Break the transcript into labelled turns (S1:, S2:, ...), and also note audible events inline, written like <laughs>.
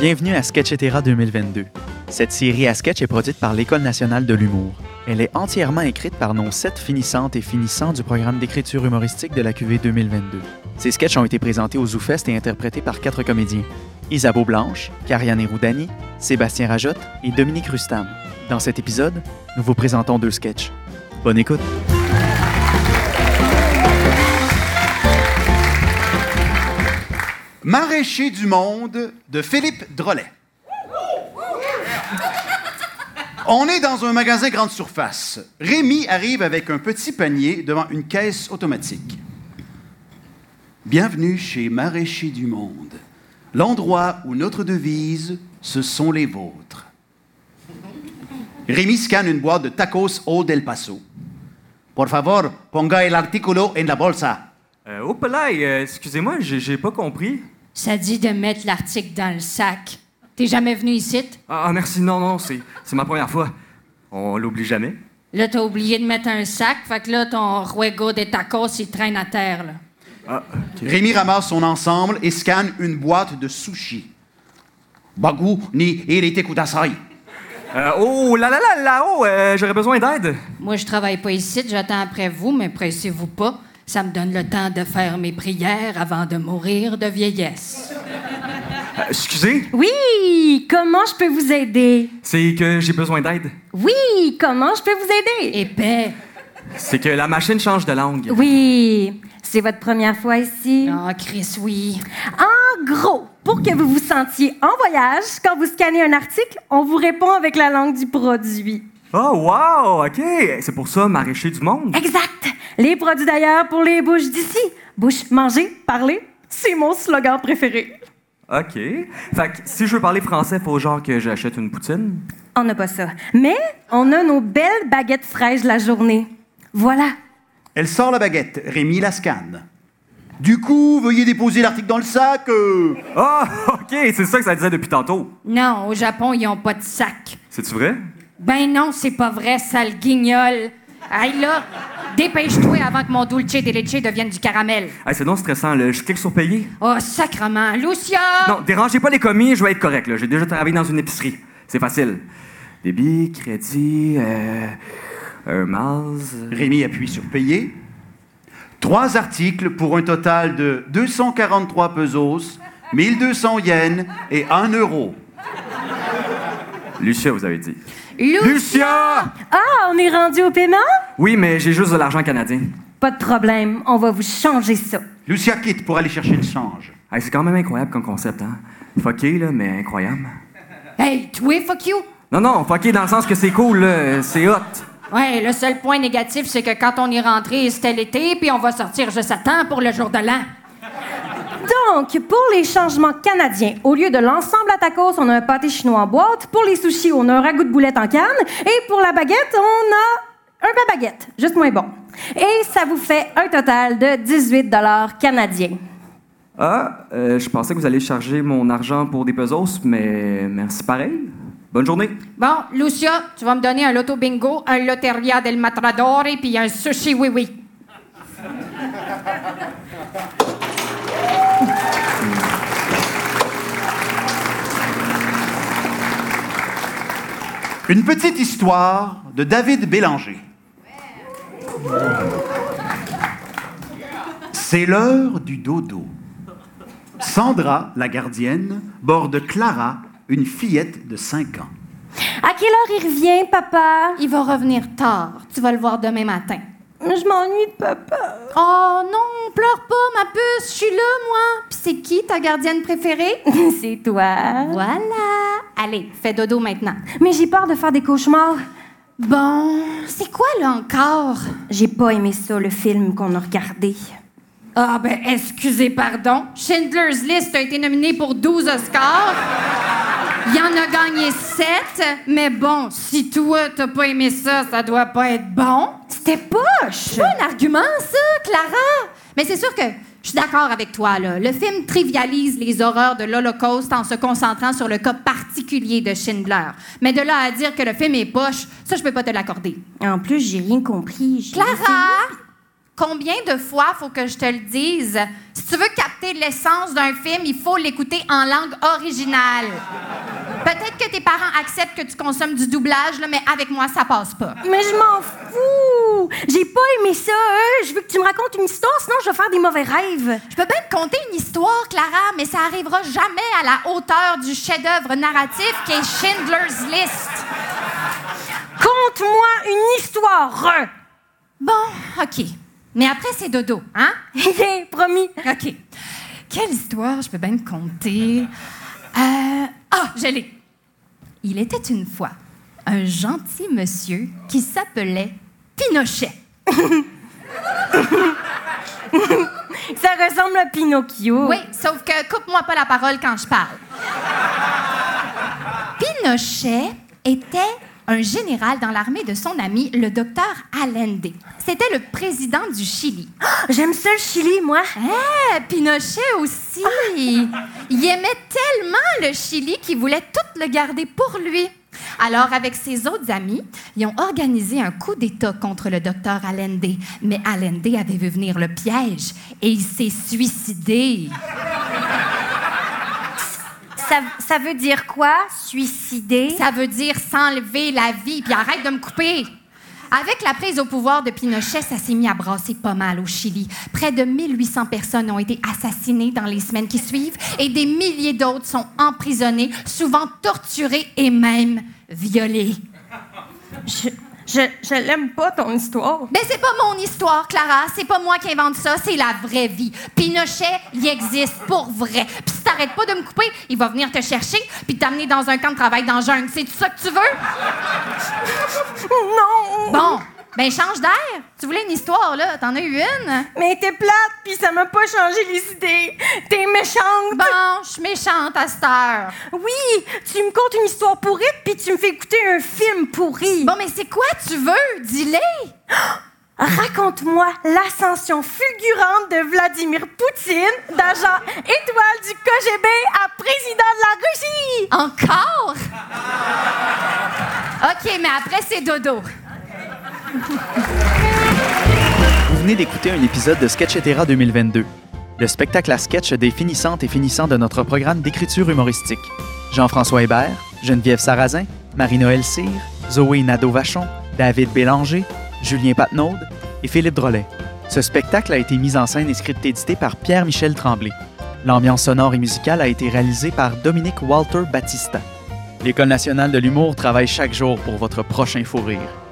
S1: Bienvenue à Sketchetera 2022. Cette série à sketch est produite par l'École nationale de l'humour. Elle est entièrement écrite par nos sept finissantes et finissants du programme d'écriture humoristique de la QV 2022. Ces sketchs ont été présentés au ZooFest et interprétés par quatre comédiens. Isabeau Blanche, Kariane Roudani, Sébastien Rajotte et Dominique Rustam. Dans cet épisode, nous vous présentons deux sketchs. Bonne écoute!
S2: Maraîcher du monde de Philippe Drolet. On est dans un magasin grande surface. Rémi arrive avec un petit panier devant une caisse automatique. Bienvenue chez Maraîcher du monde, l'endroit où notre devise, ce sont les vôtres. Rémi scanne une boîte de tacos Old El Paso. Por favor, ponga el artículo en la bolsa.
S3: Euh, oh, Pelay, euh, excusez-moi, j'ai j'ai pas compris.
S4: Ça dit de mettre l'article dans le sac. T'es jamais venu ici?
S3: Ah, ah, merci, non, non, c'est c'est ma première fois. On l'oublie jamais.
S4: Là, t'as oublié de mettre un sac, fait que là, ton ruego de tacos, il traîne à terre, là.
S2: Rémi ramasse son ensemble et scanne une boîte de sushis. Bagu ni irite kudasai.
S3: Euh, oh, là, là, là, là-haut, euh, j'aurais besoin d'aide.
S4: Moi, je travaille pas ici, j'attends après vous, mais pressez-vous pas. Ça me donne le temps de faire mes prières avant de mourir de vieillesse.
S3: Euh, excusez,
S5: Oui, comment je peux vous aider?
S3: c'est que j'ai besoin d'aide.
S5: Oui, comment je peux vous aider?
S4: Épais.
S3: C'est que la machine change de langue.
S5: Oui, c'est votre première fois ici.
S4: Ah, Chris, oui.
S5: En gros, pour que vous vous sentiez en voyage, quand vous scannez un article, on vous répond avec la langue du produit.
S3: Oh, wow, OK. C'est pour ça, maraîcher du monde.
S5: Exact. Les produits d'ailleurs pour les bouches d'ici. Bouche, manger, parler, c'est mon slogan préféré.
S3: OK. Fait que si je veux parler français, faut genre que j'achète une poutine.
S5: On n'a pas ça. Mais on a nos belles baguettes fraîches de la journée. Voilà.
S2: Elle sort la baguette. Rémi la scanne. Du coup, veuillez déposer l'article dans le sac. euh.
S3: Ah, <laughs> OK, c'est ça que ça disait depuis tantôt.
S4: Non, au Japon, ils ont pas de sac.
S3: C'est-tu vrai?
S4: Ben non, c'est pas vrai, sale guignol. Hey, là, dépêche-toi avant que mon dulce de leche devienne du caramel.
S3: Hey, c'est non stressant, là. Je clique sur payer.
S4: Oh, sacrement. Lucia!
S3: Non, dérangez pas les commis, je vais être correct. là. J'ai déjà travaillé dans une épicerie. C'est facile. Débit, crédit, euh, un Mars.
S2: Rémi appuie sur payer. Trois articles pour un total de 243 pesos, 1200 yens et 1 euro.
S3: Lucia, vous avez dit.
S4: Lucia!
S3: Lucia!
S5: Ah, on est rendu au paiement?
S3: Oui, mais j'ai juste de l'argent canadien.
S5: Pas de problème, on va vous changer ça.
S2: Lucia quitte pour aller chercher le change.
S3: Hey, c'est quand même incroyable comme concept, hein? Fucké, là, mais incroyable.
S4: Hey, toi, fuck you!
S3: Non, non, fucké dans le sens que c'est cool, là. C'est hot.
S4: Ouais, le seul point négatif, c'est que quand on est rentré, c'était l'été, puis on va sortir juste à temps pour le jour de l'an.
S5: Donc, pour les changements canadiens, au lieu de l'ensemble à tacos, on a un pâté chinois en boîte. Pour les sushis, on a un ragoût de boulette en canne. Et pour la baguette, on a un babaguette, juste moins bon. Et ça vous fait un total de 18 dollars canadiens.
S3: Ah, euh, je pensais que vous alliez charger mon argent pour des puzzles, mais merci pareil. Bonne journée.
S4: Bon, Lucia, tu vas me donner un loto bingo, un loteria del matador et puis un sushi oui-oui.
S2: Une petite histoire de David Bélanger. C'est l'heure du dodo. Sandra, la gardienne, borde Clara, une fillette de 5 ans.
S5: À quelle heure il revient, papa?
S4: Il va revenir tard. Tu vas le voir demain matin.
S5: Je m'ennuie de papa.
S4: Oh non, pleure pas, ma puce, je suis là, moi. Puis c'est qui ta gardienne préférée? <laughs>
S5: C'est toi.
S4: Voilà. Allez, fais dodo maintenant.
S5: Mais j'ai peur de faire des cauchemars.
S4: Bon, c'est quoi là encore?
S5: J'ai pas aimé ça, le film qu'on a regardé.
S4: Ah ben, excusez, pardon. Schindler's List a été nominé pour 12 Oscars. Il en a gagné 7, mais bon, si toi t'as pas aimé ça, ça doit pas être bon.
S5: C'était poche!
S4: C'est un argument, ça, Clara! Mais c'est sûr que je suis d'accord avec toi, là. Le film trivialise les horreurs de l'Holocauste en se concentrant sur le cas particulier de Schindler. Mais de là à dire que le film est poche, ça, je peux pas te l'accorder.
S5: En plus, j'ai rien compris. j'ai-
S4: Clara! Combien de fois faut que je te le dise? Si tu veux capter l'essence d'un film, il faut l'écouter en langue originale. Peut-être que tes parents acceptent que tu consommes du doublage, là, mais avec moi, ça passe pas.
S5: Mais je m'en fous! J'ai pas aimé ça, euh. Je veux que tu me racontes une histoire, sinon je vais faire des mauvais rêves.
S4: Je peux bien te conter une histoire, Clara, mais ça arrivera jamais à la hauteur du chef-d'œuvre narratif qui est Schindler's List.
S5: Conte-moi une histoire! <laughs>
S4: Bon, OK. Mais après, c'est dodo, hein?
S5: Hé, promis.
S4: OK. Quelle histoire je peux bien te <laughs> conter? Euh, Ah, je l'ai. Il était une fois un gentil monsieur qui s'appelait Pinochet.
S5: Ça ressemble à Pinocchio.
S4: Oui, sauf que coupe-moi pas la parole quand je parle. <laughs> Pinochet était un général dans l'armée de son ami, le docteur Allende. C'était le président du Chili.
S5: J'aime ça le Chili, moi.
S4: Eh, Pinochet aussi. Il aimait tellement le Chili qu'il voulait tout le garder pour lui. Alors, avec ses autres amis, ils ont organisé un coup d'État contre le docteur Allende. Mais Allende avait vu venir le piège et il s'est suicidé.
S5: Ça, ça veut dire quoi, suicider?
S4: Ça veut dire s'enlever la vie, puis arrête de me couper. Avec la prise au pouvoir de Pinochet, ça s'est mis à brasser pas mal au Chili. Près de 1800 personnes ont été assassinées dans les semaines qui suivent et des milliers d'autres sont emprisonnées, souvent torturées et même violées.
S5: Je, je, je l'aime pas, ton histoire.
S4: Mais c'est pas mon histoire, Clara. C'est pas moi qui invente ça, c'est la vraie vie. Pinochet, il existe pour vrai. Puis si t'arrêtes pas de me couper, il va venir te chercher puis t'amener dans un camp de travail dans la jungle. C'est ça que tu veux?
S5: Non!
S4: Bon, ben change d'air. Tu voulais une histoire, là. T'en as eu une?
S5: Mais t'es plate, puis ça m'a pas changé les idées. T'es méchante.
S4: Bon, je suis méchante à cette heure.
S5: Oui, tu me contes une histoire pourrie, puis tu me fais écouter un film pourri.
S4: Bon, mais c'est quoi tu veux? Dis-le!
S5: Raconte-moi l'ascension fulgurante de Vladimir Poutine, d'agent étoile du KGB à président de la Russie.
S4: Encore? OK, mais après, c'est dodo.
S1: Vous venez d'écouter un épisode de Sketchetera 2022, le spectacle à sketch des finissantes et finissants de notre programme d'écriture humoristique. Jean-François Hébert, Geneviève Sarrazin, Marie-Noël Cyr, Zoé Nadeau-Vachon, David Bélanger, Julien Patnaud et Philippe Drolet. Ce spectacle a été mis en scène et script-édité par Pierre-Michel Tremblay. L'ambiance sonore et musicale a été réalisée par Dominique Walter Battista. L'École nationale de l'humour travaille chaque jour pour votre prochain fou rire.